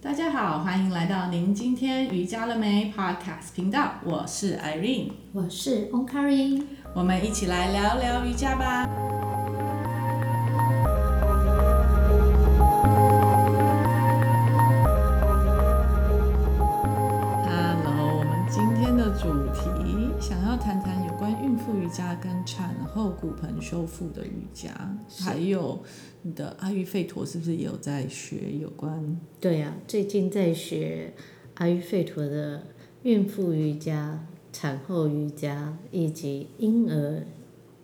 大家好，欢迎来到您今天瑜伽了没 Podcast 频道，我是 Irene，我是 Onkari。我们一起来聊聊瑜伽吧。Hello，我们今天的主题想要谈谈有关孕妇瑜伽跟产后骨盆修复的瑜伽，还有你的阿育吠陀是不是也有在学有关？对啊，最近在学阿育吠陀的孕妇瑜伽、产后瑜伽以及婴儿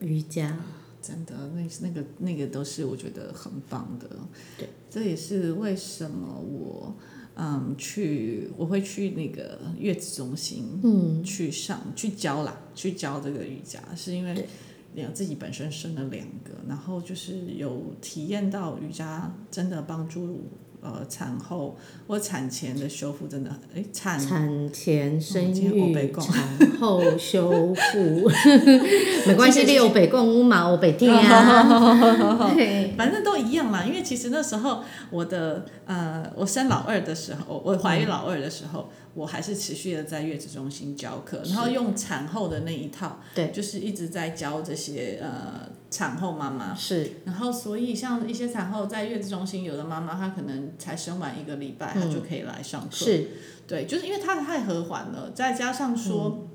瑜伽。真的，那那个那个都是我觉得很棒的。对，这也是为什么我嗯去我会去那个月子中心嗯，去上去教啦，去教这个瑜伽，是因为对两自己本身生了两个，然后就是有体验到瑜伽真的帮助呃产后或产前的修复，真的哎产产哦前生今天欧北育、共产后修 复，没关这个系，是你有北共屋嘛，我北定啊。 对，反正都一样啦，因为其实那时候我的呃，我生老二的时候，我怀孕老二的时候，我还是持续的在月子中心教课，然后用产后的那一套，对就是一直在教这些呃产后妈妈。是，然后，所以像一些产后在月子中心，有的妈妈她可能才生完一个礼拜，她就可以来上课。是，对，就是因为它太和缓了，再加上说，嗯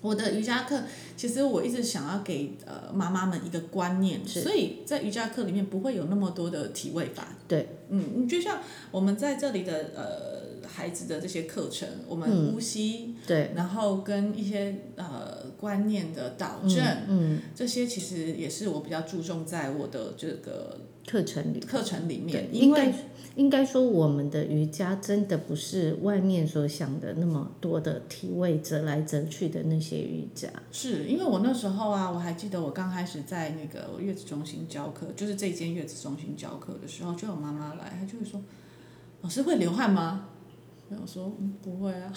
我的瑜伽课其实我一直想要给呃妈妈们一个观念，是所以在瑜伽课里面不会有那么多的体位法。对，嗯，你就像我们在这里的呃孩子的这些课程，我们呼吸，嗯对，然后跟一些呃观念的导正，嗯，这些其实也是我比较注重在我的这个课程里。课程里面对，，因应为该应该说，我们的瑜伽真的不是外面所想的那么多的体位折来折去的那些瑜伽。是因为我那时候啊，我还记得我刚开始在那个月子中心教课，就是这间月子中心教课的时候，就有妈妈来，她就会说：“老师会流汗吗？”然后我说：“嗯，不会啊。”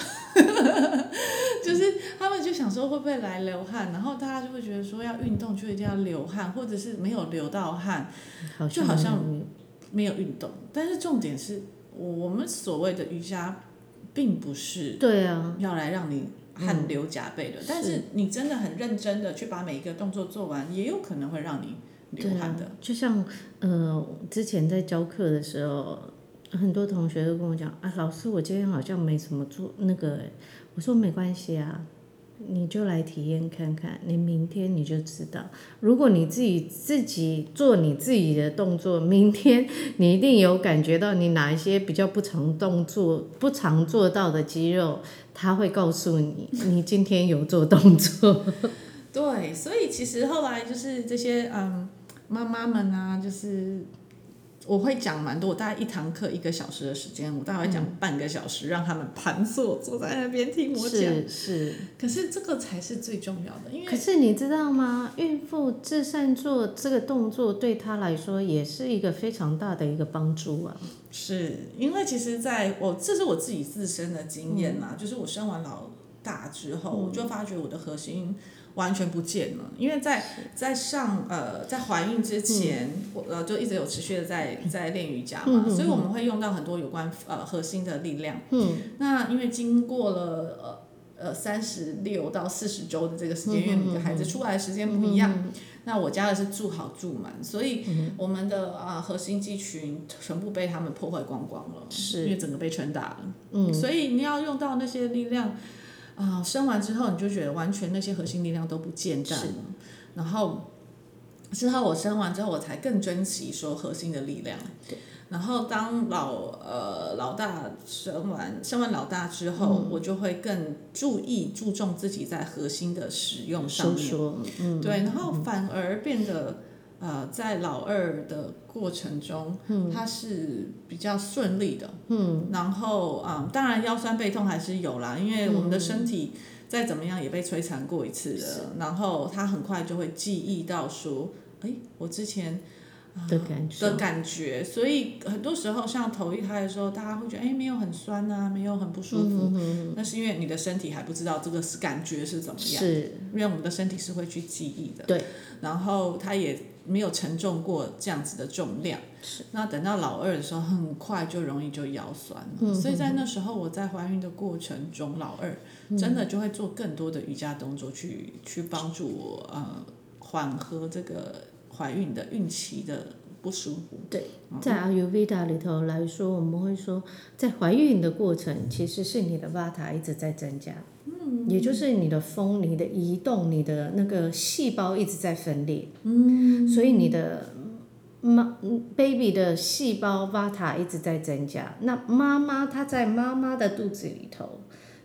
就是他们就想说会不会来流汗，然后大家就会觉得说要运动就一定要流汗，或者是没有流到汗好就像好像没有没有运动。但是重点是我我们所谓的瑜伽，并不是对啊，要来让你汗流浃背的，是但嗯是你真的很认真的去把每一个动作做完，也有可能会让你流对汗啊的。，就像呃，之前在教课的时候，很多同学都跟我讲啊，老师，我今天好像没什么做那个欸，我说没关系啊。你就来体验看看，你明天你就知道。如果你自己自己做你自己的动作，明天你一定有感觉到你哪一些比较不常动作、不常做到的肌肉，它会告诉你，你今天有做动作。对，所以其实后来就是这些嗯妈妈们啊，就是我会讲蛮多，我大概一堂课一个小时的时间，我大概会讲半个小时，让他们盘坐坐在那边听 我讲。是是。可是这个才是最重要的，因可为是你知道吗？孕妇自善做这个动作，对她来说也是一个非常大的一个帮助啊。是因为其实在我这是我自己自身的经验啦，就是我生完老大之后，我就发觉我的核心完全不见了，因为在在上呃在怀孕之前，我呃就一直有持续的在在练瑜伽嘛，所以我们会用到很多有关呃核心的力量。嗯，那因为经过了呃呃三十六到四十周的这个时间，因为你的孩子出来的时间不一样，那我家的是住好住满，所以嗯我们的啊、呃核心肌群全部被他们破坏光光了，是因为整个被拳打了。嗯，所以你要用到那些力量。啊、生完之后你就觉得完全那些核心力量都不健在了，然后之后我生完之后我才更珍惜说核心的力量。然后当老呃老大生完生完老大之后，嗯我就会更注意注重自己在核心的使用上收面。缩，嗯，对，然后反而变得呃，在老二的过程中，他是比较顺利的，嗯，然后嗯，当然腰酸背痛还是有啦，因为我们的身体再怎么样也被摧残过一次了，然后他很快就会记忆到说，哎，我之前的感的受，感觉，所以很多时候像头一胎的时候，大家会觉得哎没有很酸啊，没有很不舒服，那是因为你的身体还不知道这个是感觉是怎么样。是因为我们的身体是会去记忆的，对，然后它也没有承重过这样子的重量。是。那等到老二的时候，很快就容易就腰酸了。嗯、所以在那时候，我在怀孕的过程中，老二真的就会做更多的瑜伽动作去，去帮助我呃缓和这个怀孕的孕期的不舒服。哦对，在 Ayurveda 里头来说，我们会说，在怀孕的过程，其实是你的 Vata 一直在增加，嗯，也就是你的风、你的移动、你的那个细胞一直在分裂，嗯，所以你的妈 baby 的细胞 Vata 一直在增加。那妈妈她在妈妈的肚子里头，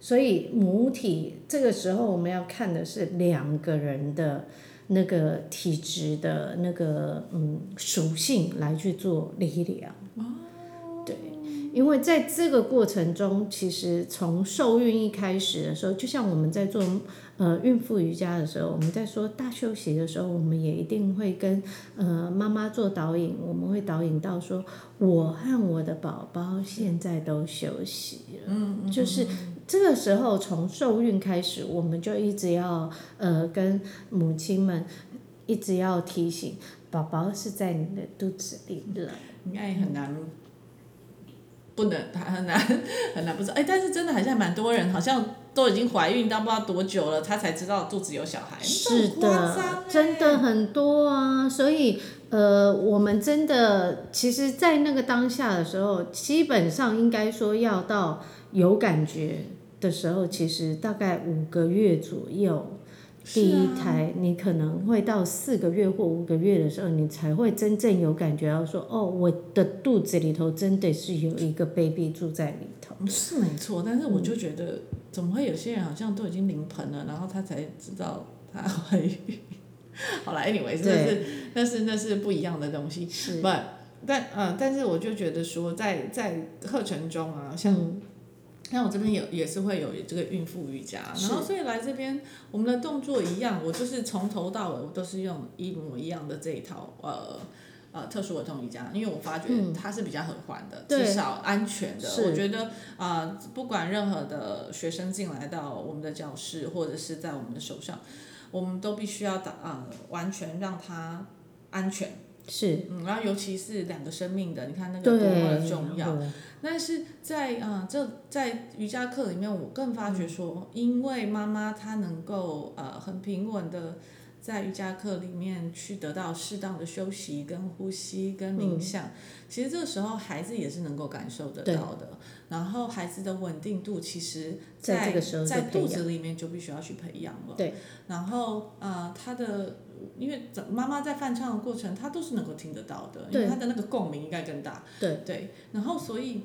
所以母体这个时候我们要看的是两个人的。那个体质的那个嗯属性来去做理疗。对，因为在这个过程中，其实从受孕一开始的时候，就像我们在做呃孕妇瑜伽的时候，我们在说大休息的时候，我们也一定会跟呃妈妈做导引，我们会导引到说，我和我的宝宝现在都休息了，嗯，就是这个时候从受孕开始，我们就一直要呃跟母亲们一直要提醒，宝宝是在你的肚子里了。应该也很难，不能很难很难不知道。哎，但是真的好像蛮多人好像都已经怀孕到不知道多久了，她才知道肚子有小孩，是这很夸张的欸，真的很多啊，所以呃，我们真的其实，在那个当下的时候，基本上应该说要到有感觉的时候，其实大概五个月左右，是第一啊胎、你可能会到四个月或五个月的时候，你才会真正有感觉到说，哦，我的肚子里头真的是有一个 baby 住在里头。是没错，但是我就觉得，怎么会有些人好像都已经临盆了，然后她才知道她怀孕？好了，anyways，那是那是那是不一样的东西。是，不，但呃，但是我就觉得说在，在课程中啊，像、嗯像我这边也也是会有这个孕妇瑜伽，然是后所以来这边我们的动作一样，我就是从头到尾我都是用一模一样的这一套呃。呃，特殊儿童瑜伽，因为我发觉它是比较合缓的，嗯对至少安全的。是我觉得啊、呃不管任何的学生进来到我们的教室，或者是在我们的手上，我们都必须要打啊、完全让它安全。是，嗯，然后尤其是两个生命的，你看那个多么的对，嗯重要。然后但是在啊、呃这在瑜伽课里面，我更发嗯觉说，因为妈妈她能够呃很平稳的在瑜伽课里面去得到适当的休息、跟呼吸、跟冥想，其实这个时候孩子也是能够感受得嗯对到的。然后孩子的稳定度，其实在在这个时候就在培肚养子里面就必须要去培养了。对。然后呃，他的因为怎妈妈在翻唱的过程，她都是能够听得到的，因为对她的那个共鸣应该更大。对对，然后所以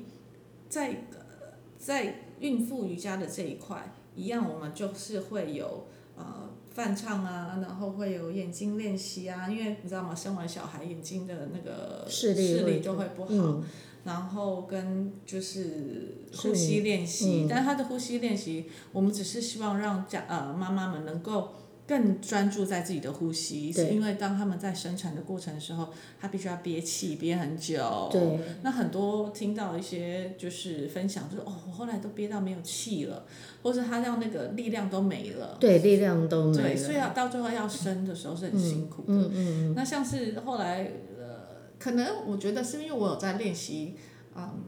在呃在孕妇瑜伽的这一块，一样我们就是会有呃翻唱啊，然后会有眼睛练习啊，因为你知道吗，生完小孩眼睛的那个视力视会力都会不好。嗯然后跟就是是呼吸练习，嗯但他的呼吸练习，我们只是希望让家呃妈妈们能够更专注在自己的呼吸，对是因为当他们在生产的过程的时候，她必须要憋气憋很久。对，那很多听到一些就是分享，就是哦，我后来都憋到没有气了，或者他让那个力量都没了。对，力量都没了。对，所以要到最后要生的时候是很辛苦的。嗯嗯那像是后来呃，可能我觉得是因为我有在练习啊、嗯，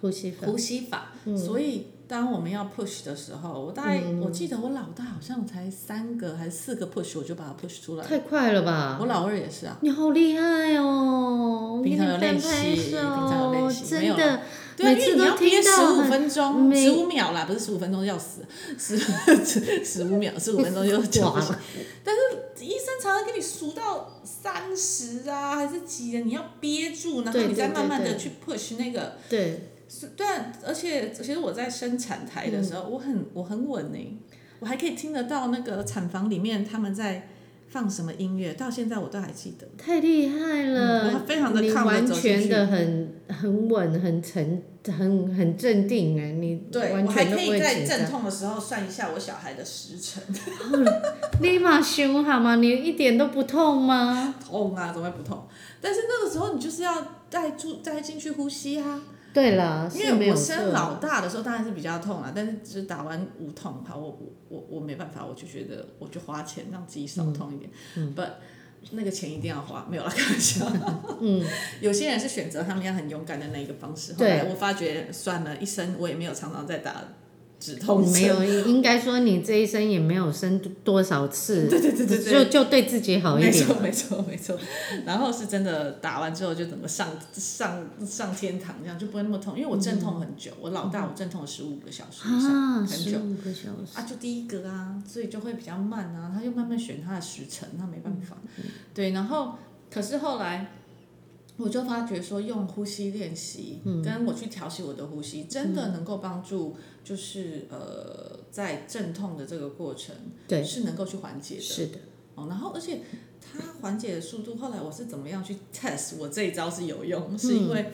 呼吸法呼吸法，嗯所以当我们要 push 的时候，我大概、我记得我老大好像才三个还是四个 push，我就把它 push 出来。太快了吧！我老二也是啊，你好厉害哦！平常有给你练拍习拍手平常有练习没有真啊的，对啊，每因为次你都要憋听十到五很分钟，每十五秒啦，不是十五分钟要死，十 十五秒，十五分钟就就不哇行。但是医生常常给你数到三十啊，还是几的，你要憋住，然后对你再对对慢慢的对去 push 那个。对，是，对啊，而且其实我在生产台的时候，我很我很稳呢、我还可以听得到那个产房里面他们在放什么音乐，到现在我都还记得。太厉害了！嗯我非常地你抗地完走进全去的很很稳，很沉，很很镇定哎，你对，完我还全都可不以会在紧阵张。痛的时候算一下我小孩的时辰，立马凶好吗？你一点都不痛吗？痛啊，怎么会不痛？但是那个时候你就是要带住带进去呼吸啊，对了，是因没为有我生错老大的时候当然是比较痛啊，但是只打完无痛，好，我我我我没办法，我就觉得我就花钱让自己少痛一点。But 嗯那个钱一定要花，没有啦，开玩 笑。嗯， 有些人是选择他们要很勇敢的那一个方式。后来对我发觉算了，一生我也没有常常在打止痛针。嗯没有，应该说你这一生也没有生多少次，对对对对对就就对自己 好一没点。错，没错，没错。然后是真的打完之后就整个上上上天堂，这样就不会那么痛。因为我阵痛很久，我老大我阵痛了十五个小时以上，嗯啊，很十久五个小时，啊，就第一个啊，所以就会比较慢啊，他就慢慢选他的时辰，那没办法。对，然后可是后来我就发觉说，用呼吸练习，跟我去调息我的呼吸，真的能够帮助，就是呃，在阵痛的这个过程，对，是能够去缓解的。是的，哦，然后而且它缓解的速度，后来我是怎么样去 test 我这一招是有用，是因为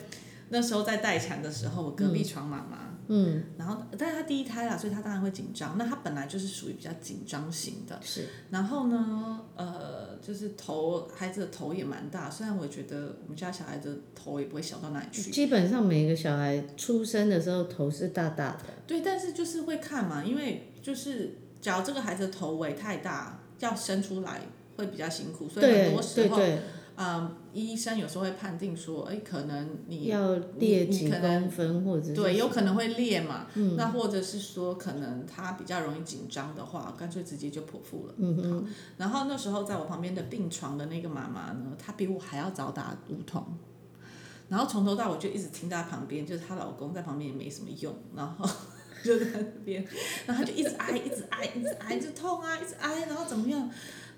那时候在待产的时候，我隔壁床妈妈，嗯，然后但是她第一胎啦，所以她当然会紧张，那她本来就是属于比较紧张型的，是然后呢，呃，就是头孩子的头也蛮大，虽然我觉得我们家小孩的头也不会小到哪里去，基本上每个小孩出生的时候头是大大的，对，但是就是会看嘛，因为就是假如这个孩子的头围太大，要伸出来会比较辛苦，所以很对多时对候。对，嗯，医生有时候会判定说，哎，可能你要裂几你可能公分或者是嗯对有可能会裂嘛，那或者是说可能他比较容易紧张的话，干脆直接就剖腹了。嗯嗯。然后那时候在我旁边的病床的那个妈妈呢，她比我还要早打无痛。然后从头到尾就一直听她旁边，就是她老公在旁边也没什么用，然后 就在那边，然后她就一直挨，一直挨，一直挨，就痛啊，一直挨，然后怎么样？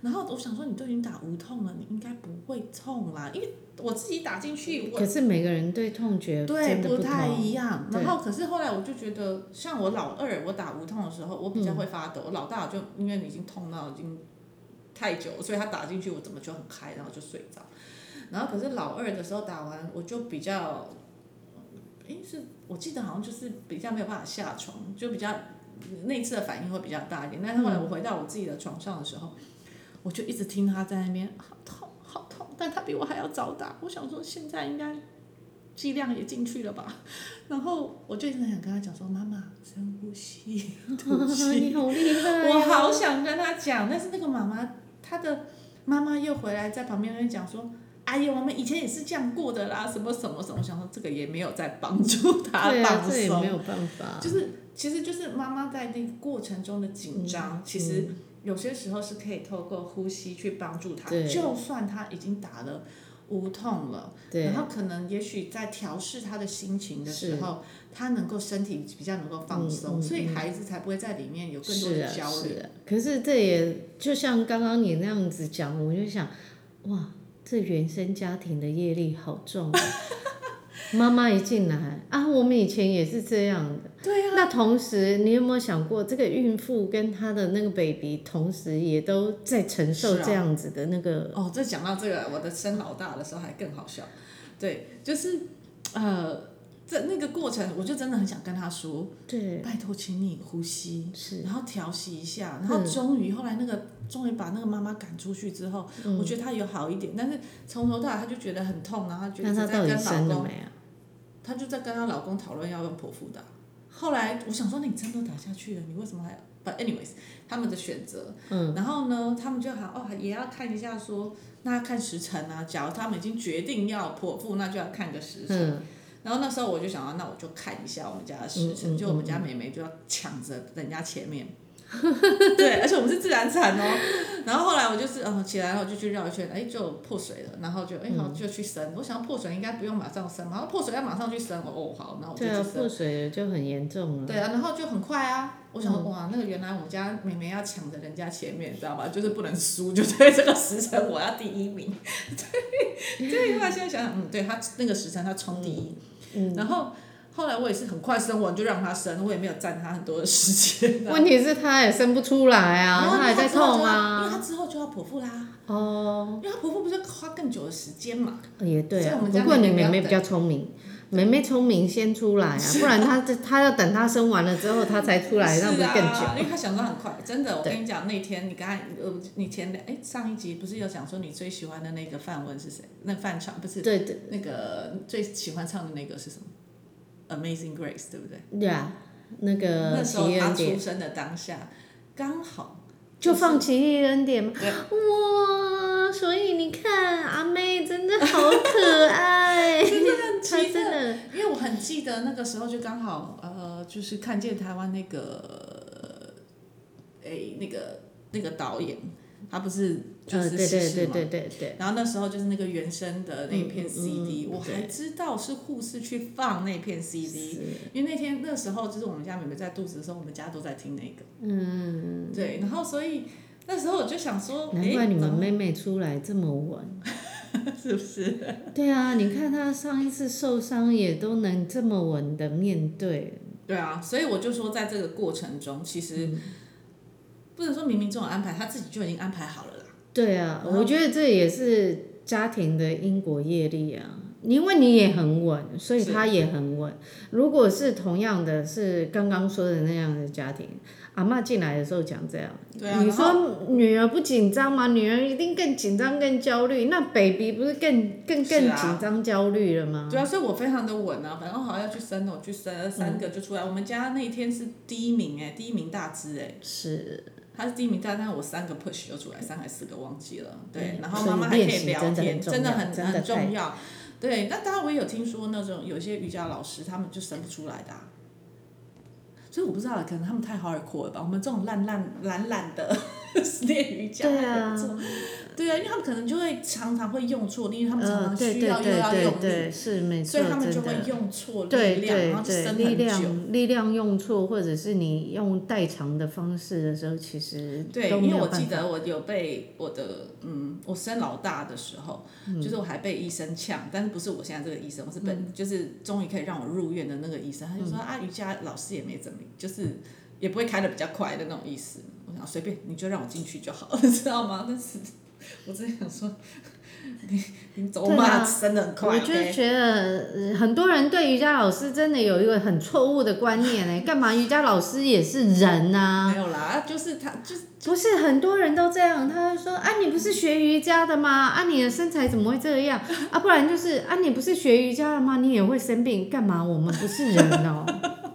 然后我想说，你都已经打无痛了，你应该不会痛啦，因为我自己打进去，我可是每个人对痛觉对，真不的太同。一样。 对然后可是后来我就觉得，像我老二，我打无痛的时候，我嗯比较会发抖。我老大就因为已经痛到已经太久，所以他打进去我怎么就很嗨，然后就睡着。然后可是老二的时候打完，我就比较，诶，是我记得好像就是比较没有办法下床，就比较那一次的反应会比较大一点。但是后嗯来我回到我自己的床上的时候，我就一直听他在那边好痛好痛，但他比我还要早打。我想说现在应该剂量也进去了吧， 然后我就一直很想跟他讲说妈妈深呼吸，吐气。你好厉害、我好想跟他讲，但是那个妈妈，她的妈妈又回来在旁边跟讲说。哎呀，我们以前也是这样过的啦，什么什么什么，我想说这个也没有在帮助他对啊，放这也松，没有办法。就是其实就是妈妈在那个过程中的紧嗯张，其实有些时候是可以透过呼吸去帮助她，对就算她已经打了无痛了，对然后可能也许在调试她的心情的时是候，她能够身体比较能够放松，嗯嗯所以孩子才不会在里面有更多是的啊，焦虑。是啊。可是这也就像刚刚你那样子讲，我就想，哇，这原生家庭的业力好重啊。 妈妈一进来啊，我们以前也是这样的。对啊，那同时，你有没有想过，这个孕妇跟她的那个 baby，同时也都在承受是啊这样子的那个哦，这讲到这个，我的生老大的时候还更好笑。对，就是呃，在那个过程，我就真的很想跟他说，对，拜托，请你呼吸。是嗯然后调息一下，然后终于后来那个终于把那个妈妈赶出去之后，嗯我觉得她有好一点，但是从头到尾她就觉得很痛，然后她就一那直她在到底跟生老了公，没啊？她就在跟她老公讨论要用剖腹打。后来我想说，你针都打下去了，你为什么还要？But anyways，他们的选择，嗯，然后呢，他们就好哦，也要看一下说，那要看时辰啊。假如他们已经决定要剖腹，那就要看个时辰。嗯，然后那时候我就想啊，那我就看一下我们家的时辰，嗯嗯就我们家妹妹就要抢着人家前面，对，而且我们是自然产哦。然后后来我就是嗯、呃起来了，我就去绕一圈，哎就破水了，然后就哎好嗯就去生。我想破水应该不用马上生嘛，然后破水要马上去生，我哦好，然后我就对去啊，生。破水就很严重了。对啊，然后就很快啊！我想、嗯哇，那个原来我们家妹妹要抢着人家前面，你知道吧？就是不能输，就对这个时辰我要第一名。 对对，后来现在想想，嗯，对她那个时辰她冲第一，嗯然后后来我也是很快生完就让她生，我也没有占她很多的时间、啊。问题是她也生不出来然 啊，后她还在之后就要痛因为啊。她之后就要剖腹啦，哦，因为她剖腹不是要花更久的时间嘛？也对、所以我啊，们家不过你妹妹妹妹不要比较聪明，妹妹聪明先出来啊，不然她这她要等她生完了之后她才出来，是那啊，不是更久？因为他想到很快，真的。我对跟你讲，那天你刚才呃，你前两哎上一集不是有讲说你最喜欢的那个范文是谁？那范唱不是对对那个最喜欢唱的那个是什么？Amazing Grace，对不对？对啊，那个那时候奇异他恩出典生的当下，刚好就放奇异恩典嘛，对哇，所以你看阿妹真的好可 爱，真的很她奇真特。的呃因为我很记得那个时候就刚好呃，就是看见台湾那个，哎、那个那个导演，他不是就呃是对逝对世对嘛。对对对，然后那时候就是那个原声的那片嗯嗯嗯 CD，、我还对知道是护士去放那片 CD，是因为那天那时候就是我们家妹妹在肚子的时候，我们家都在听那个，嗯，对，然后所以那时候我就想说，难怪诶你怎们么妹妹出来这么晚。 是不是？对啊，你看她上一次受伤也都能这么稳的面对，对啊，所以我就说，在这个过程中，其实嗯不能说明明这种安排，他自己就已经安排好了啦。对啊，然后我觉得这也是家庭的因果业力啊。因为你也很稳，所以是他也很稳。如果是同样的，是刚刚说的那样的家庭，阿嬷进来的时候讲这样，对啊，你然后说女儿不紧张吗？女儿一定更紧张、更焦虑。那 baby 不是更更是更啊紧张、焦虑了吗？对啊，所以我非常的稳啊，反正好像要去生了，我去生了三嗯个就出来。我们家那一天是第一名哎、第一名大只哎、是，他是第一名大，但是我三个 push 就出来，三还是四个忘记了。对嗯，然后所以妈妈还可练以习聊真的很天，重真的要很真的很太重要。对，那当然我也有听说那种有些瑜伽老师他们就生不出来的啊、所以我不知道，可能他们太 hardcore 了吧？我们这种烂烂懒懒的 练瑜伽，对啊，对啊，因为他们可能就会常常会用错力，因为他们常呃，常对需对要又对要对用力，对，是没错，所以他们就真会的。用错力对量，对然后就对，生力很久。量力量用错，或者是你用代偿的方式的时候，其实对，都没因为有我办记法。得我有被我的嗯，我生老大的时候，嗯就是我还被医生呛，但是不是我现在这个医生，我是本、就是终于可以让我入院的那个医生，他就嗯说、啊，瑜伽老师也没怎么，就是也不会开的比较快的那种意思。我想随便你就让我进去就好了， 知道吗？但是我真的想说， 你你走对啊嘛，生的很快我就 OK？觉得呃很多人对瑜伽老师真的有一个很错误的观念呢、干嘛瑜伽老师也是人啊呐、没有啦，啊就是他就是不是很多人都这样，他就说啊，你不是学瑜伽的吗？啊，你的身材怎么会这样？啊，不然就是啊，你不是学瑜伽的吗？你也会生病，干嘛？我们不是人 哦，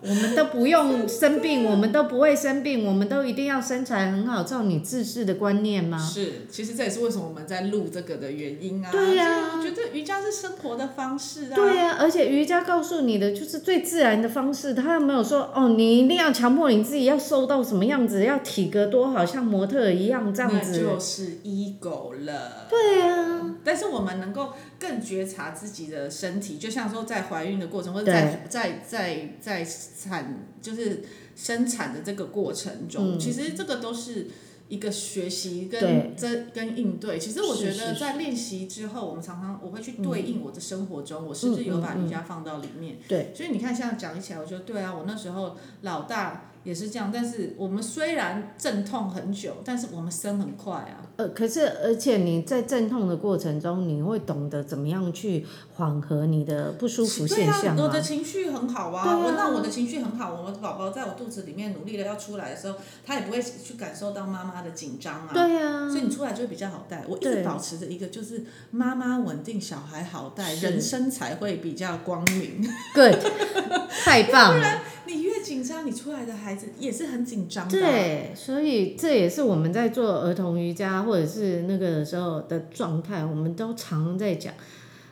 我们都不用生病，我们都不会生病，我们都一定要身材很好，照你自视的观念吗？是，其实这也是为什么我们在录这个的原因啊。对呀就是我觉得瑜伽是生活的方式啊。对呀、而且瑜伽告诉你的就是最自然的方式，他没有说哦，你一定要强迫你自己要瘦到什么样子，要体格多好，像模特儿一样这样那子。就是 ego 了。对啊呀、但是我们能够更觉察自己的身体，就像说在怀孕的过程，或者在在在在产就是生产的这个过程中，嗯其实这个都是一个学习对跟这跟应对。其实我觉是是得是在练习之后，我们常常我会去对应我的生活中，我是不是有把瑜伽放到里面？嗯对，所以你看，像讲起来，我觉得对啊，我那时候老大也是这样，但是我们虽然阵痛很久，但是我们生很快啊。呃，可是而且你在阵痛的过程中，你会懂得怎么样去缓和你的不舒服现象对啊，我吗？的情绪很好啊，对啊我那我的情绪很好，我的宝宝在我肚子里面努力的要出来的时候，他也不会去感受到妈妈的紧张啊。对呀、所以你出来就会比较好带。我一直对保持着一个，就是妈妈稳定，小孩好带，是人生才会比较光明。 g o o d 太棒了。你越紧张，你出来的孩子也是很紧张的啊。对，所以这也是我们在做儿童瑜伽或者是那个时候的状态，我们都常在讲，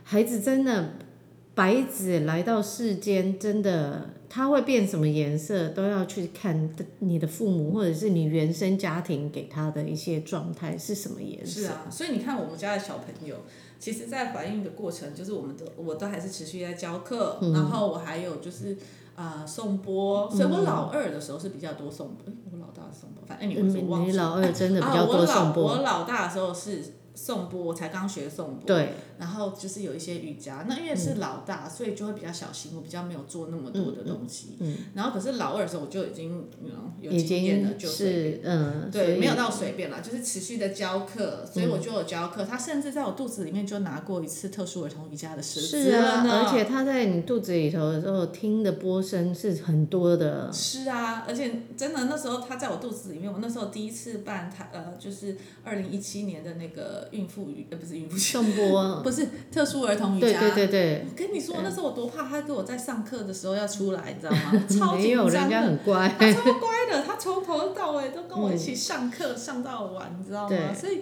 孩子真的白纸来到世间，真的他会变什么颜色，都要去看你的父母或者是你原生家庭给他的一些状态是什么颜色。是啊，所以你看我们家的小朋友，其实，在怀孕的过程，就是我们都我都还是持续在教课，嗯然后我还有就是啊、呃送播，所以我老二的时候是比较多送播，诶我老大是送播，反正你们是嗯忘你记了。老二真的比较多送啊、我老波，我老大的时候是送播，我才刚学送播，对，嗯然后就是有一些瑜伽，那因为是老大，所以就会比较小心，我比较没有做那么多的东西。嗯然后可是老二的时候，我就已经嗯有已经验了，经就随便是嗯，所对，以嗯没有到随便啦，就是持续的教课，所以我就有教课。他甚至在我肚子里面就拿过一次特殊儿童瑜伽的师资是了啊，呢。而且他在你肚子里头的时候听的波声是很多的，是啊，而且真的那时候他在我肚子里面，我那时候第一次办他呃，就是二零一七年的那个孕妇瑜呃不是孕妇瑜， 送波，不是特殊儿童瑜对伽。对对对，我跟你说，那时候我多怕他给我在上课的时候要出来，你知道吗？ 超没紧有张人家的。很乖，他超乖的，他从头到尾都跟我一起上课、上到晚，你知道吗？对所以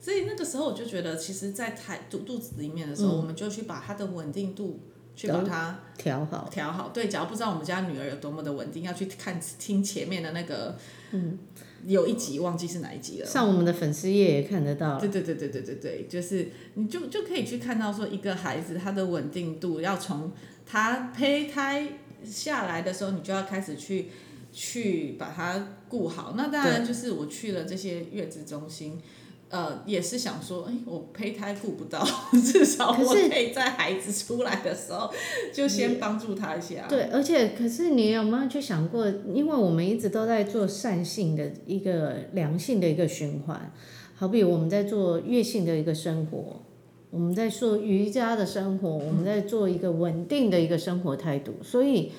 所以那个时候我就觉得，其实，在胎肚肚子里面的时嗯候，我们就去把它的稳定度去把它调好，调好。对，假如不知道我们家女儿有多么的稳定，要去看听前面的那个，嗯，有一集忘记是哪一集了。上我们的粉丝页也看得到。对对对对对对对，就是你就就可以去看到说，一个孩子他的稳定度要从他胚胎下来的时候，你就要开始去去把它顾好。那当然就是我去了这些月子中心。呃，也是想说，哎、我胚胎顾不到， 至少可我是可以在孩子出来的时候就先帮助他一下。啊对，而且可是你有没有去想过？因为我们一直都在做善性的一个良性的一个循环，好比我们在做月性的一个生活，我们在做瑜伽的生活，我们在做一个稳定的一个生活态度，所以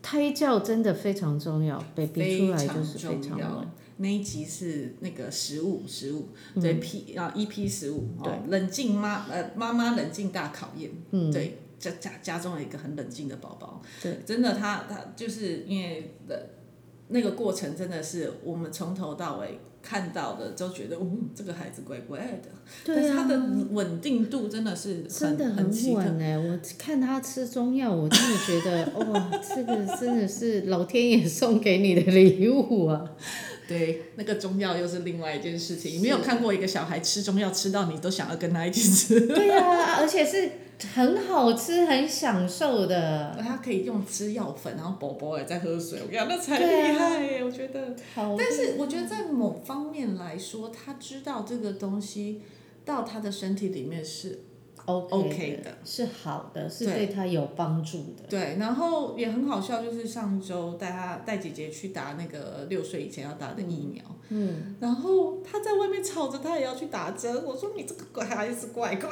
胎教真的非常重要，baby 出来就是非常重要稳。。那一集是那个食物，食物嗯对 P 啊 EP 食物，哦，冷静妈呃妈妈冷静大考验，嗯，对，家家家中有一个很冷静的宝宝，对，真的他他就是因为的那个过程真的是我们从头到尾看到的，都觉得嗯这个孩子乖乖的，但对是啊，他的稳定度真的是真的很奇特，稳哎、我看他吃中药，我真的觉得哇，这个真的是老天爷送给你的礼物啊！对，那个中药又是另外一件事情，你没有看过一个小孩吃中药吃到你都想要跟他一起吃。 对呀、而且是很好吃、很享受的，他呃可以用吃药粉，然后宝宝也在喝水，我跟你讲，那才对啊厉害耶！我觉得。好但是我觉得在某方面来说，他知道这个东西到他的身体里面是 OK OK 的，是好的，是对对他有帮助 的。对，然后也很好笑，就是上周带他带姐姐去打那个六岁以前要打的疫苗，嗯，然后他在外面吵着他也要去打针，我说你这个乖孩子怪 怪，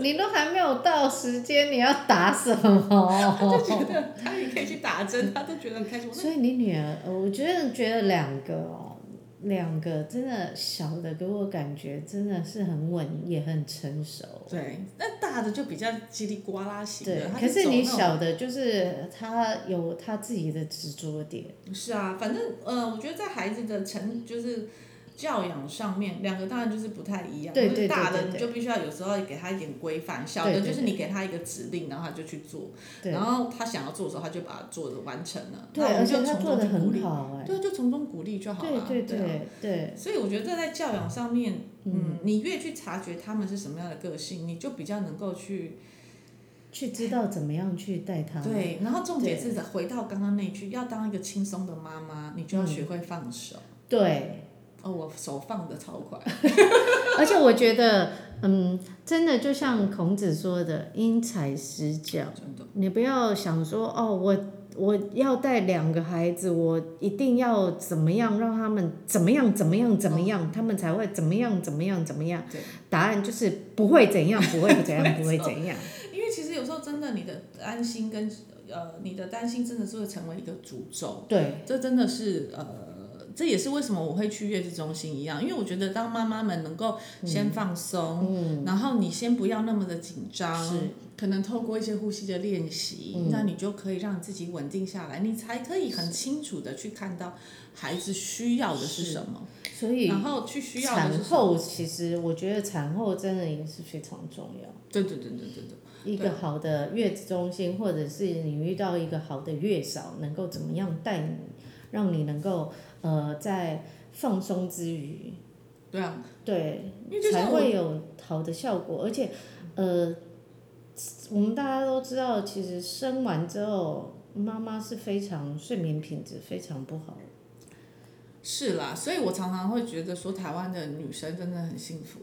你都还没有到时间，你要打什啊么？觉得他也可以去打针，他都觉得很开心。我说所以你女儿，呃我觉得觉得两个哦，两个真的小的给我感觉真的是很稳，也很成熟。对，那大的就比较叽里呱啦型对的，，他可是走你那种小的，就是他有他自己的执着点。是啊，反正呃，我觉得在孩子的成就是教养上面，两个当然就是不太一样。对就是对对大的对你对就必须要有时候给他一点规范，小对的对就是你给他一个指令，然后他就去做，对然后他想要做的时候，他就把它做的完成了。对，那我而们就且他从做中的去鼓很励。好哎、对啊，就从中鼓励就好对了。对啊对对。所以我觉得在教养上面，嗯，你越去察觉他们是什么样的个性，你就比较能够去去知道怎么样去带他。，对。然后重点是回到刚刚那句，要当一个轻松的妈妈，你就要嗯学会放手。对，哦，我手放的超快，而且我觉得，嗯，真的就像孔子说的“因材施教真的”，你不要想说哦，我我要带两个孩子，我一定要怎么样让他们怎么样怎么样怎么样，他们才会怎么样怎么样怎么样哦对。答案就是不会怎样，不会怎样，不会 怎样。因为其实有时候真的你的担心跟呃你的担心真的是会成为一个诅咒，对，这真的是呃这也是为什么我会去月子中心一样，因为我觉得当妈妈们能够先放松，嗯、然后你先不要那么的紧张，是可能透过一些呼吸的练习，嗯那你就可以让自己稳定下来，你才可以很清楚的去看到孩子需要的是是什么，所以然后去需要的嗯产是什么，后其实我觉得产后真的也是非常重要。对对对对对对。一对个好的月子中心，或者是你遇到一个好的月嫂，能够怎么样带你，让你能够呃在放松之余，对啊，对，因为就才像我会有好的效果。而且，呃，我们大家都知道，其实生完之后，妈妈是非常睡眠品质非常不好的。 是啦，所以我常常会觉得说，台湾的女生真的很幸福。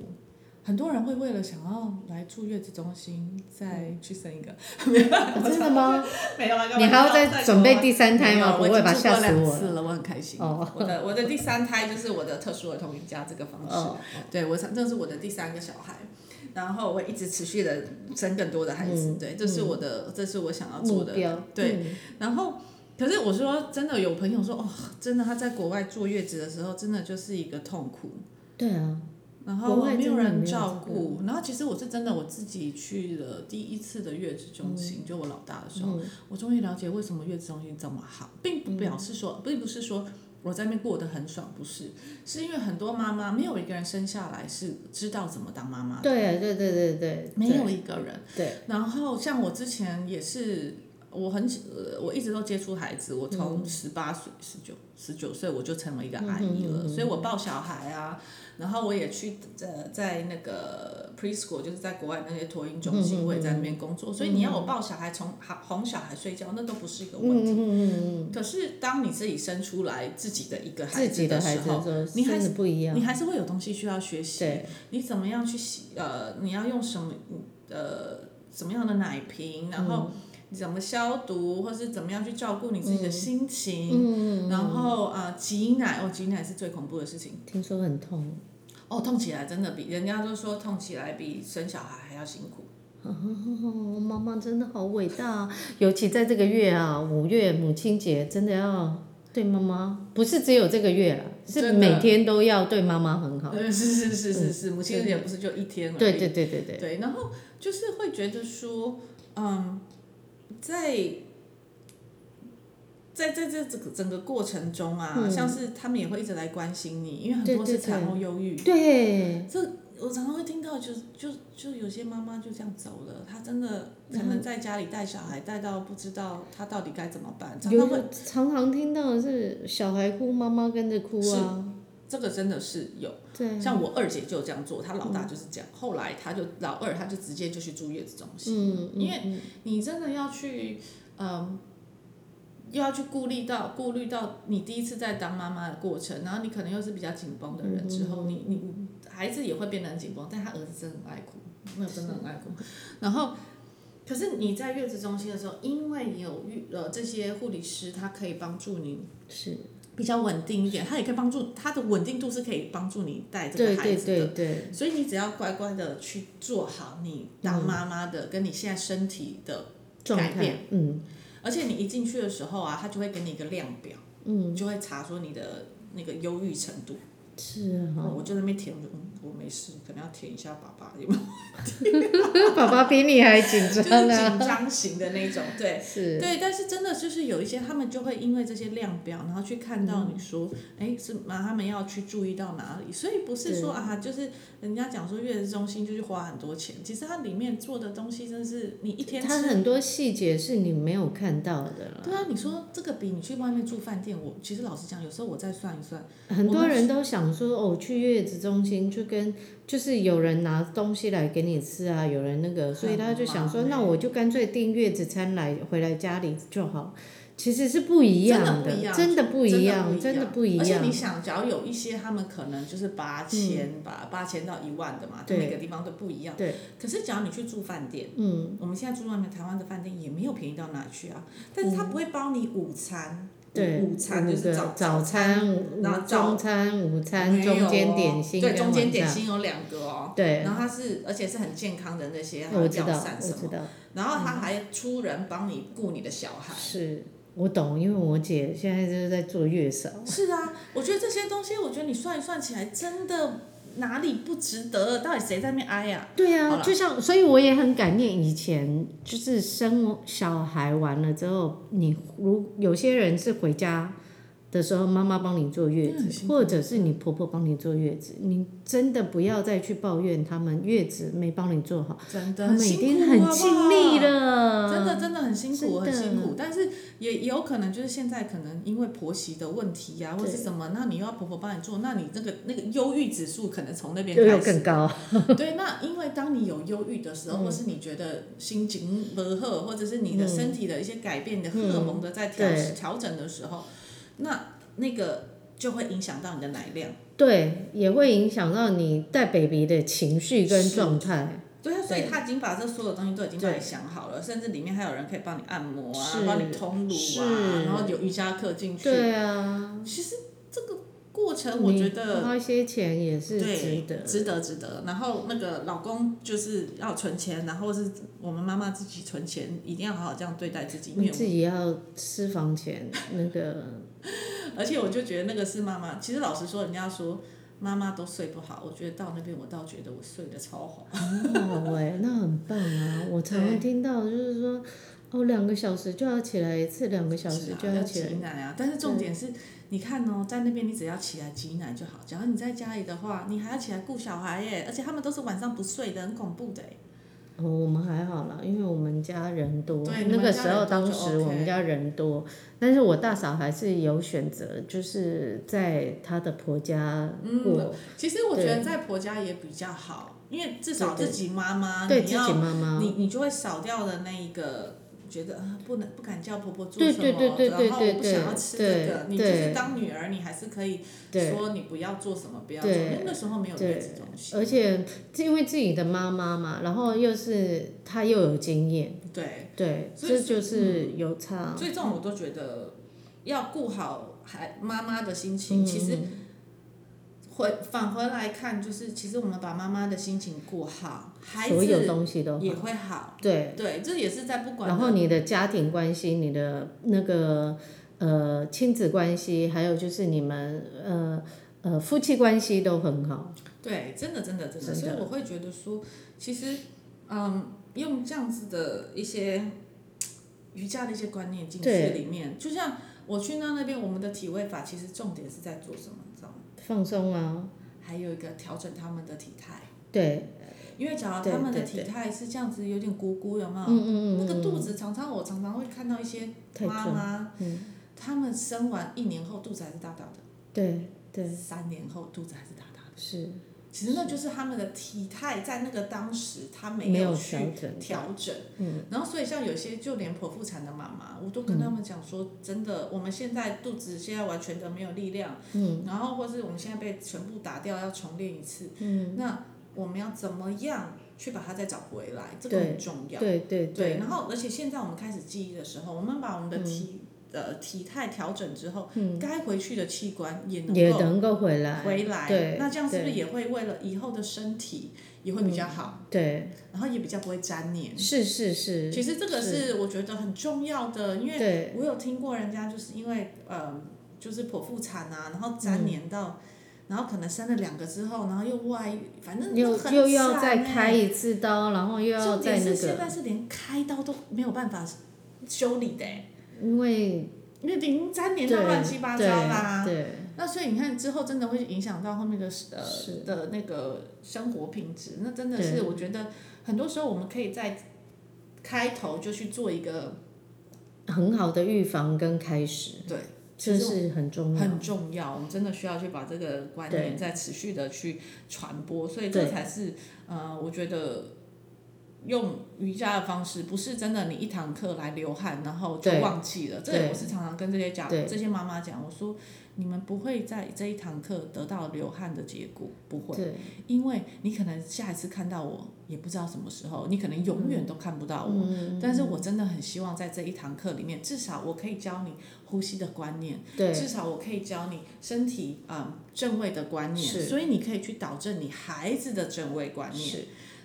很多人会为了想要来住月子中心，再去生一个，没有啦，啊真的吗？嗯没有啦，啊干嘛你还要再准备第三胎啊没有吗？啦不我已会经吧？住过吓死两我次了！了，我很开心。哦我的我的第三胎就是我的特殊儿童瑜伽这个方式，哦，对我这是我的第三个小孩，然后我一直持续的生更多的孩子，对，这是我的，这是我想要嗯目做的标对嗯然后，可是我说真的，有朋友说哦，真的他在国外坐月子的时候，真的就是一个痛苦，对啊，然后国外没有真的人没有照这个顾。然后其实我是真的我自己去了第一次的月子中嗯心，就我嗯老大的时候，我终于了解为什么月子中心这么好，并不表示说，并不是说我在那边过得很爽，不是？是因为很多妈妈没有一个人生下来是知道怎么当妈妈的，对对对对对，啊没有一个人。对，然后像我之前也是，我很呃我一直都接触孩子，我从十八岁、十九、十九岁我就成为一个阿姨嗯了，所以我抱小孩啊，然后我也去呃在那个 preschool，就是在国外那些托婴中心，我也在那边工嗯作，所以你要我抱小孩从哄小孩睡觉，那都不是一个问嗯题。可是当你自己生出来自己的一个孩自己子的时孩子候，的时候你还真的不一样你，还是会有东西需要学习。对，你怎么样去洗？呃，你要用什么？呃，什么样的奶瓶？然后怎么消毒，或是怎么样去照顾你自己的心情？嗯、然后啊，挤、奶哦，挤奶是最恐怖的事情。听说很痛，哦，痛起来真的比人家都说痛起来比生小孩还要辛苦。哦，妈妈真的好伟大，啊尤其在这个月啊，五月母亲节，真的要对妈妈，不是只有这个月啦，是真的每天都要对妈妈很好。 对，是是是是是，母亲节不是就一天而已。对对对对对，对，然后就是会觉得说，嗯，在在在这这个整个过程中啊，像是他们也会一直来关心你，因为很嗯对多对是产后忧郁。对，我常常会听到就，就就有些妈妈就这样走了，她真的可嗯能在家里带小孩，带到不知道她到底该怎么办，常有常会常常听到的是小孩哭，妈妈跟着哭啊，这个真的是有。对，像我二姐就这样做，她老大就是这样，后来她就老二，她就直接就去住月子中心，嗯，因为你真的要去，嗯，又要去顾虑到顾虑到你第一次在当妈妈的过程，然后你可能又是比较紧绷的嗯人，之后你你你孩子也会变得很紧绷，但他儿子真的很爱哭，那真的很爱 哭，然后。可是你在月子中心的时候，因为你有遇呃这些护理师，他可以帮助你是，比较稳定一点，他也可以帮助他的稳定度是可以帮助你带这对个孩对子的对对，所以你只要乖乖的去做好你当妈妈的、跟你现在身体的，嗯状改态变，嗯，而且你一进去的时候啊，他就会给你一个量表，嗯，就会查说你的那个忧郁程 度。是哦哈，我就在那边填，我就嗯，我没事，可能要填一下爸爸有没有，爸爸比你还紧就是张呢，紧张型的那种，对。 是，对，但是真的就是有一些，他们就会因为这些量表，然后去看到嗯你说，哎、是嘛，他们要去注意到哪里，所以不是说啊，就是人家讲说月子中心就是花很多钱，其实它里面做的东西真是你一天他吃，很多细节是你没有看到的啦。对啊，你说这个比你去外面住饭店，我其实老实讲，有时候我再算一算，很多人都想说，哦，去月子中心就跟就是有人拿东西来给你吃啊，有人那个，所以他就想说，很忙欸那我就干脆订月子餐来回来家里就好。其实是不一样的，真真的的不一样，真的不一而且样嗯你。想，假如有一些他们可能就是八千吧，八千到一万的嘛，对每个地方都不一样。对。可是，假如你去住饭店，嗯，我们现在住外面台湾的饭店也没有便宜到哪去啊，但是他不会包你午餐，嗯对，午餐就是早早餐、然午后早中餐、午餐、没有哦中间点心跟对，晚餐，中间点心有两个哦。对，然后它是，而且是很健康的那些，还有我知药道，膳我什知么，道，然后他还出人帮你顾你的小孩。是我懂，因为我姐现在就是在做月嫂。是啊，我觉得这些东西，我觉得你算一算起来，真的哪里不值得？到底谁在那边挨呀、对好啊，啦就像，所以我也很感念以前，就是生小孩完了之后，你如有些人是回家的时候，妈妈帮你坐月嗯很子，辛苦或者是你婆婆帮你坐月子，你真的不要再去抱怨他们月子没帮你做好，真的他们已辛苦啊经很尽力好不了。好真的真的很辛苦，真很嗯的辛苦。但是也也有可能就是现在可能因为婆媳的问题呀、或对是什么，那你又要婆婆帮你做，那你那个那个忧郁指数可能从那边又有开始。更高，对，那因为当你有忧郁的嗯时候，或是你觉得心情不和，或者是你的身体的一些改变，你的荷尔蒙的在调嗯对调整的时候，那那个就会影响到你的奶量。对，也会影响到你带 baby 的情绪跟是状态。对啊，所以对他已经把这所有东西都已经帮对你想好了，甚至里面还有人可以帮你按摩啊是，帮你通乳啊是，然后有瑜伽课进去。对啊，其实这个过程我你觉得花一些钱也是值对得，值得值得。然后那个老公就是要存钱，然后是我们妈妈自己存钱，一定要好好这样对待自己，因你为自己要私房钱，那个我而且我就觉得那个是妈妈。其实老实说，人家说。妈妈都睡不好，我觉得到那边我倒觉得我睡得超好。欸很好哎、那很棒啊！我常常听到就是说，哦，两个小时就要起来一次，两个小时是啊就要起来挤奶啊！但是重点是，你看哦，在那边你只要起来挤奶就好。假如你在家里的话，你还要起来顾小孩耶，而且他们都是晚上不睡的，很恐怖的耶。哦，我们还好啦，因为我们家人多对，你那们个家时人候多当就时 OK 我们家人多，但是我大嫂还是有选择，就是在她的婆家嗯过，其实我觉得在婆家也比较好，因为至少对对自己妈妈，对啊你自要己妈妈，你你就会少掉的那一个，觉得啊不能不敢叫婆婆做对什么，对对对对然后我不对想要吃这对个，你就对是当女儿，你还是可以对。说你不要做什么，不要做什么，因为那时候没有对月子中心，而且因为自己的妈妈嘛，然后又是她又有经验，对，对，所以嗯这就是有差。所以这种我都觉得要顾好孩妈妈的心情，其实。回返回来看，就是其实我们把妈妈的心情顾好，孩所有子东西都也好。会好。对，对，这也是在不管然后你的家庭关系，你的那个呃亲子关系，还有就是你们呃呃夫妻关系都很好。对，真的，真的，真的。真的所以我会觉得说，其实，嗯，用这样子的一些瑜伽的一些观念进去对里面，就像我去到那边，我们的体位法其实重点是在做什么，你知道吗？放松啊，还有一个调整他们的体态，对，因为假如对他们的对体对态是这样子，有点鼓鼓，有没有？嗯嗯那嗯个嗯，肚子常常我常常会看到一些太嗯妈重，妈，他们生完一年后肚子还是大大的，对对三年后肚子还是大大的。是其实那就是他们的体态在那个当时他没没有去调整到，调整，嗯，然后所以像有些就连剖腹产的妈妈，我都跟他们讲说，真的，我们现在肚子现在完全的没有力量，嗯，然后或是我们现在被全部打掉，要重练一次，嗯，那我们要怎么样去把它再找回来？这个对很重要，对对对，然后而且现在我们开始记忆的时候，我们把我们的嗯体、呃体态调整之后，该回去的器官也能也够能够回来，回来，对那这样是不是对也会为了以后的身体也会比较好，对，然后也比较不会粘黏？是是是，其实这个是我觉得很重要的，因为对我有听过人家就是因为呃，就是剖腹产啊，然后嗯粘黏到，然后可能生了两个之后，然后又外遇，反正又就很嗯又要惨欸再开一次刀，然后又要重再点那是现个，在是连开刀都没有办法修理的、欸，因为因为零粘对连到乱七八糟啦。对那所以你看之后真的会影响到后面的呃是的那个生活品质，那真的对是我觉得很多时候我们可以在开头就去做一个对很好的预防跟开始，对，这是很重要，很重要，我们真的需要去把这个观对念再持续的去传播，所以这对才是呃，我觉得用瑜伽的方式，不是真的你一堂课来流汗，然后就对忘记了。这对个我是常常跟这些讲，对这些妈妈讲，我说你们不会在这一堂课得到流汗的结果，不会，对因为你可能下一次看到我，也不知道什么时候，你可能永远都看不到我。嗯但是我真的很希望在这一堂课里面，至少我可以教你呼吸的观念。对至少我可以教你身体嗯正位的观念，是所以你可以去导正你孩子的正位观念。是，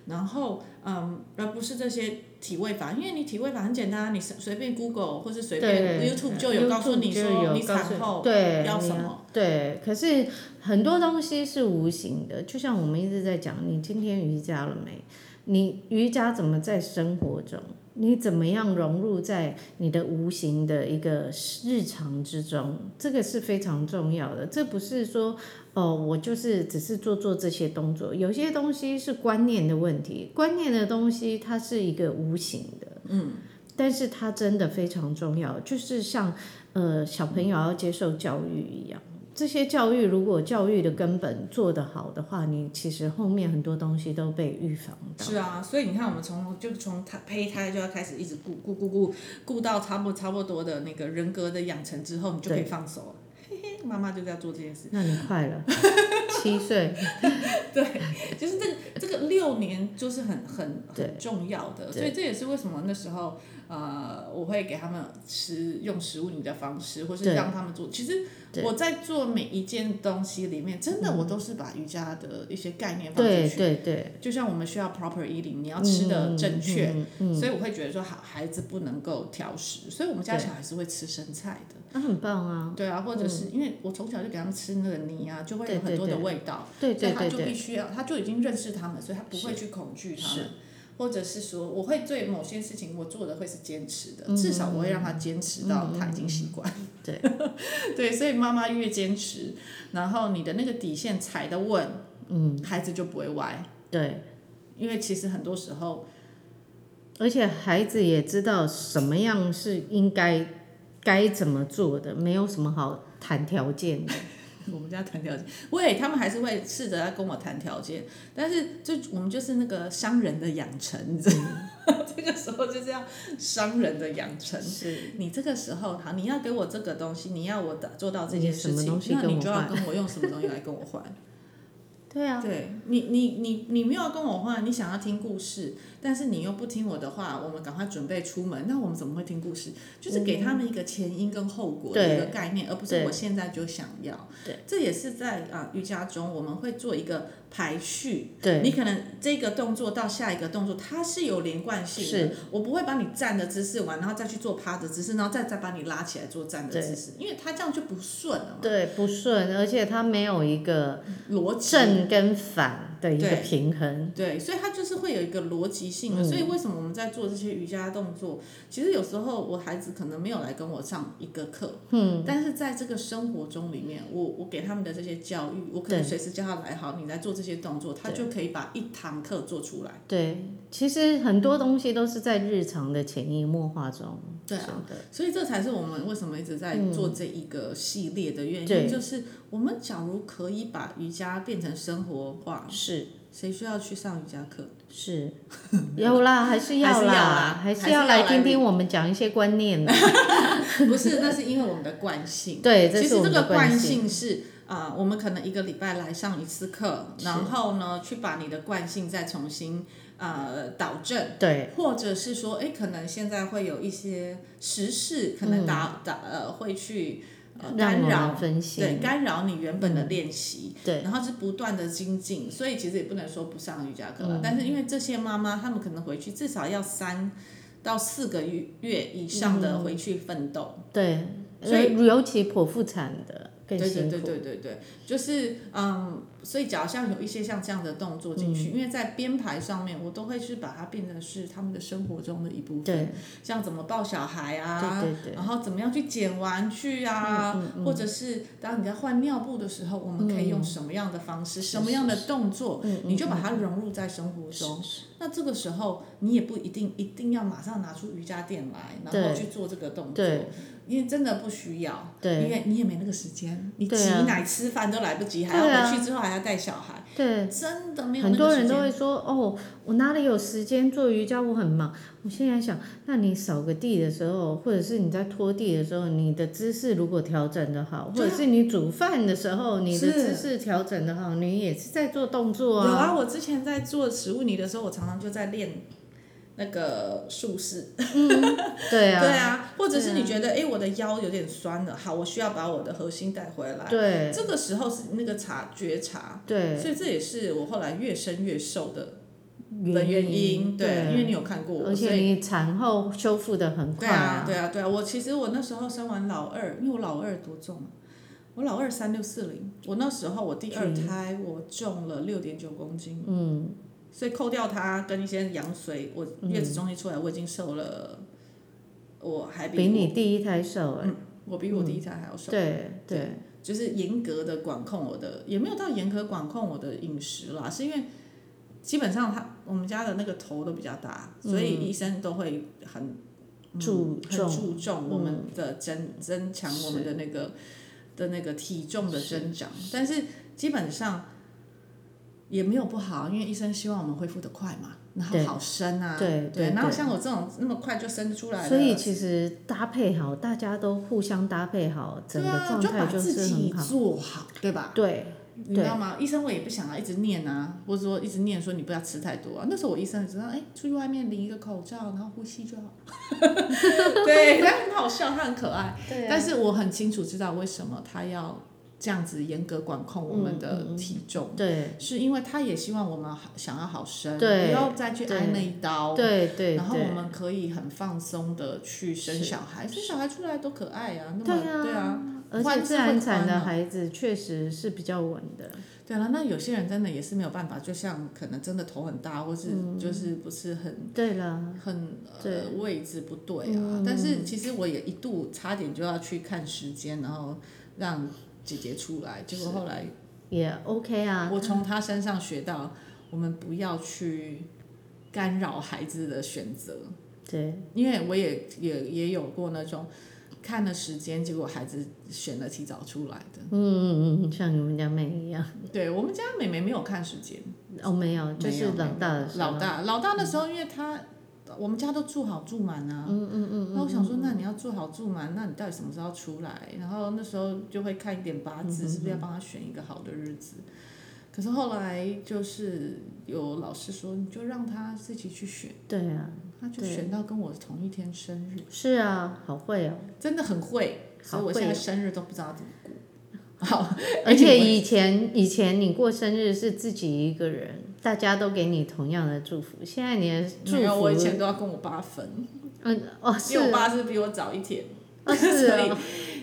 然后，嗯，而不是这些体位法，因为你体位法很简单，你随随便 Google 或是随便对 YouTube 就有告诉你就有说你告诉产后对要什你么对，可是很多东西是无形的，就像我们一直在讲，你今天瑜伽了没？你瑜伽怎么在生活中？你怎么样融入在你的无形的一个日常之中？这个是非常重要的。这不是说哦，我就是只是做做这些动作，有些东西是观念的问题，观念的东西它是一个无形的，嗯，但是它真的非常重要，就是像呃小朋友要接受教育一样。这些教育如果教育的根本做得好的话，你其实后面很多东西都被预防到。是啊，所以你看，我们从就从他胚胎就要开始一直顾顾顾顾顾到差不差不多的那个人格的养成之后，你就可以对放手了。嘿嘿，妈妈就在做这件事。那你 快了，七岁，就是这个这个六年就是很很对很重要的，对所以这也是为什么那时候呃我会给他们吃用食物你的方式，或是对让他们做。其实对嗯我在做每一件东西里面，真的我都是把瑜伽的一些概念放进对去。对对，就像我们需要 proper eating，你要吃的正确，嗯，嗯嗯所以我会觉得说，好孩子不能够挑食，所以我们家对小孩是会吃生菜的。那、很棒啊，对啊，或者是、因为我从小就给他们吃那个泥啊，就会对有对很多的对味道。对所对以他对就必对，须要，他就已经认识他们，所以他不会去恐惧他是们。或者是说我会对某些事情我做的会是坚持的，至少我会让他坚持到他已经习惯。对对，所以妈妈越坚持，然后你的那个底线踩得稳，嗯，孩子就不会歪。对，因为其实很多时候，而且孩子也知道什么样是应该该怎么做的，没有什么好谈条件的。 我们家谈条件，喂，他们还是会试着要跟我谈条件，但是就我们就是那个商人的养成，你知道吗，嗯 这个时候就是要商人的养成。是，你这个时候好，你要给我这个东西，你要我打做到这件事你什么情东，西那跟我你就要换 跟我用什么东西来跟我换。对啊，对你，你你你没有跟我换，你想要听故事，但是你又不听我的话，我们赶快准备出门。那我们怎么会听故事？就是给他们一个前因跟后果的对一个概念，而不是对我现在就想要。对，这也是在啊、瑜伽中我们会做一个排序。对你可能这个动作到下一个动作，它是有连贯性的。是我不会把你站的姿势完，然后再去做趴的姿势，然后再再把你拉起来做站的对姿势，因为它这样就不顺了嘛。对，不顺，而且他没有一个逻辑正跟反的一个对平衡。对，所以它就是会有一个逻辑性的。嗯所以为什么我们在做这些瑜伽动作？其实有时候我孩子可能没有来跟我上一个课，嗯，但是在这个生活中里面，我我给他们的这些教育，我可能对随时叫他来，好，你来做这些动作，他就可以把一堂课做出来。对，其实很多东西都是在日常的潜移默化中。对啊是的，所以这才是我们为什么一直在做这一个系列的原因，对就是我们假如可以把瑜伽变成生活化，是谁需要去上瑜伽课？ 是， 有啦，还是还要是要啦啦，还还是是要要来来听听我们讲一些观念的。不是，那是因为我们的惯性。 对，这其是实我这们个的惯性性。是啊、呃我们可能一个礼拜来上一次课，是然后呢，去把你的惯性再重新呃导正。对或者是说，哎，可能现在会有一些时事，可能打、打呃会去呃嗯让干我扰们分析。对，干扰你原本的练习，对然后是不断的精进，所以其实也不能说不上瑜伽课嗯了，但是因为这些妈妈她们可能回去至少要三到四个月月以上的嗯回去奋斗，对，所以呃尤其剖腹产的更对对辛苦。对对对对，就是嗯，所以假如像有一些像这样的动作进嗯去，因为在编排上面，我都会去把它变成是他们的生活中的一部分，对像怎么抱小孩啊，对对嗯对然后怎么样去捡玩具啊，或者是当你在换尿布的时候，我们可以用什么样的方式、什么样的动作，嗯你就把它融入在生活中。那这个时候，你也不一定一定要马上拿出瑜伽垫来，然后对去做这个动作，对因为真的不需要，因对为你也没那个时间，你对挤啊奶、吃饭都来不及，还对要啊回去之后还要带小孩，对，真的没有很那多个人时都间。会说哦，我哪里有时间做瑜伽？我很忙。我现在想，那你扫个地的时候，或者是你在拖地的时候，你的姿势如果调整的好，或对啊者是你煮饭的时候，你的是姿势调整的好，你也是在做动有作啊。啊，我之前在做食物泥的时候，我常常就在练那个术式。对对啊，啊，或者是你觉得哎、诶我的腰有点酸了，好，我需要把我的核心带回来。对啊这个时候是那个察觉察，对所以这也是我后来越生越瘦的的对，原因。对，因为对，你有看过我，而且所以你产后修复的很对快啊，对啊，对啊。我其实我那时候生完老二，因为我老二多重啊？我老二三六四零，我那时候我第二胎我重了六点九公斤，嗯，所以扣掉它跟一些羊水，我嗯月子中心出来我已经瘦了，我嗯还比你第一胎瘦哎、我比我第一胎还要瘦，对对就是严格的管控我的，也没有到严格管控我的饮食啦，是因为基本上他我们家的那个头都比较大，所以医生都会很嗯注嗯很重嗯注重我们的增、增强我们的那个的那个体重的增长，但是基本上也没有不好，因为医生希望我们恢复的快嘛，然后对好生啊，对对，对哪有像我这种那么快就生出来的，所以其实搭配好，大家都互相搭配好，整对个啊，状就态把就自是很己好。做好，对吧？对你知道吗？医生我也不想要一直念啊，或者说一直念说你不要吃太多啊。那时候我医生也知道，哎，出去外面领一个口罩，然后呼吸就好。 对，他很好笑，他很可爱。对啊但是我很清楚知道为什么他要这样子严格管控我们嗯的体重，对是因为他也希望我们好想要好生，不对要再去挨那一刀。对对然后我对们可以很放松的去生小孩，生小孩出来多可爱呀、那么对啊对啊，而弯且是自会然产宽的啊孩子确实是比较稳的，对啊了，那有些人真的也是没有办法，就像可能真的头很大，或是就是不是很、对了，很呃对位置不对啊。但是其实我也一度差点就要去看时间，然后让姐姐出来，结果后来也 OK 啊。我从她身上学到，我们不要去干扰孩子的选择。对，因为我也也也有过那种看了时间，结果孩子选了提早出来的。嗯嗯嗯，像你们家妹一样。对我们家妹妹没有看时间，哦，没有，就没有是老大的时候。嗯老大老大那时候，因为她我们家都住好住满啊。嗯嗯嗯。那我想说，那你要住好住满，那你到底什么时候要出来？然后那时候就会看一点八嗯字，是不是要帮她选一个好的日子？可是后来就是有老师说，你就让她自己去选，对啊，她就对选到跟我同一天生日。是啊，好会哦。真的很会，所以我好会现在哦生日都不知道怎么过。好， 而嗯且以前以前你过生日是自己一个人，大家都给你同样的祝福。现在你的祝没有，我以福，前都要跟我爸分，嗯，哦，是因 为我爸是比我早一天，哦，是 所以哦，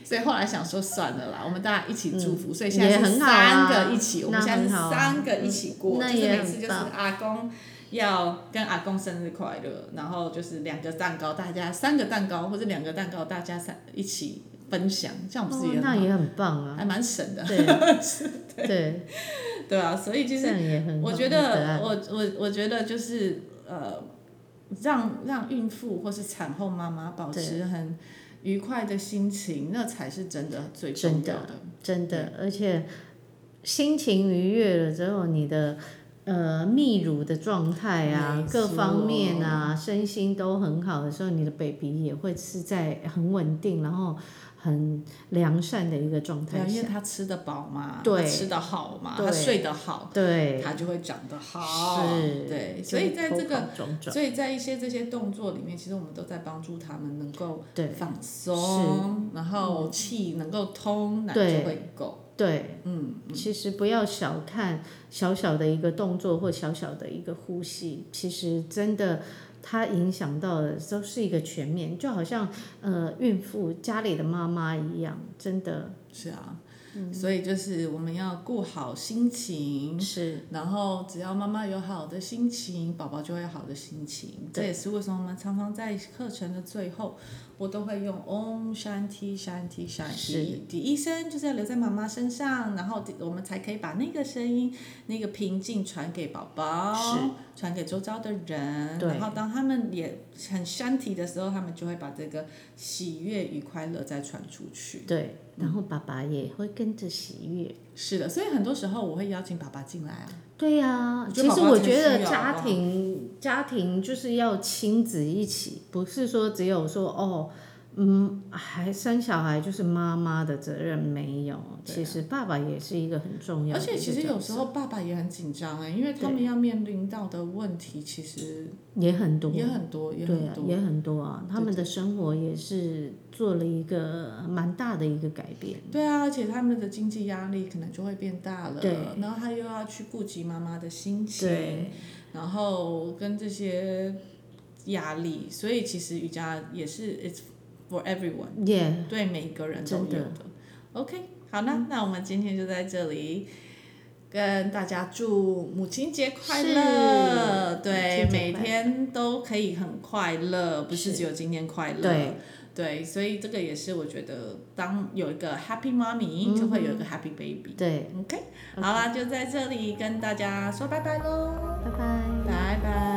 所以后来想说算了啦，我们大家一起祝福，所以现嗯也在是很好啊三个一起，我们那现在是很好啊三个一起过，那就是也每很次就是棒阿公。要跟阿公生日快乐，然后就是两个蛋糕，大家三个蛋糕或者两个蛋糕，大家三一起分享，这样不是哦也很好那也很 棒啊。还蛮省的，对对，对啊，所以其实这样也很嗯好我觉很可得，爱我我我觉得就是呃，让让孕妇或是产后妈妈保持很愉快的心情，那才是真的最重要的。真的，而且心情愉悦了之后，你的呃泌乳的状态啊没，各方面错啊，身心都很好的时候，你的 baby 也会是在很稳定，然后很良善的一个状对啊，态因为下。她吃得饱嘛，对她吃得好嘛，对她睡得好，对，她就会长得好。是，对，就所以是在头这个，好壮壮所以在一些这些动作里面，其实我们都在帮助他们能够对嗯放松，然后气能够通，奶对就会够。对，嗯，其实不要小看小小的一个动作或小小的一个呼吸，其实真的它影响到的都是一个全面，就好像呃孕妇家里的妈妈一样，真的是啊，所以就是我们要顾好心情，是然后只要妈妈有好的心情，宝宝就会有好的心情。这对也是为什么我们常常在课程的最后，我都会用 Om Shanti Shanti 是 Shanti 第一声就是要留在妈妈身上，然后我们才可以把那个声音、那个平静传给宝宝，是传给周遭的人。对然后当他们也很 Shanti 的时候，他们就会把这个喜悦与快乐再传出去。对，然后爸爸也会跟着喜悦。是的，所以很多时候我会邀请爸爸进来啊。对呀、我觉得其实宝宝我才觉需得要家哦庭家庭就是要亲子一起，不是说只有说哦，嗯，还生小孩就是妈妈的责任没有，对啊其实爸爸也是一个很重要而的一个角且色。其实有时候爸爸也很紧张哎、因为他们要面临到的问题其实也很多，也很多，也对很啊，多。也很多啊，他们的生活也是做了一个蛮大的一个改变。对啊，而且他们的经济压力可能就会变大了对，然后他又要去顾及妈妈的心情，对，然后跟这些压力，所以其实瑜伽也是 it's for everyone。也对每个人都有真嗯的。OK，好啦，那我们今天就在这里。跟大家祝母亲节快乐！是对，母亲节快每乐天都可以很快乐，不是是只有今天快乐。对对所以这个也是我觉得，当有一个嗯 Happy Mommy，、就会有一个 Happy Baby。对， OK，好啦，就在这里跟大家说拜拜喽，拜拜。拜拜。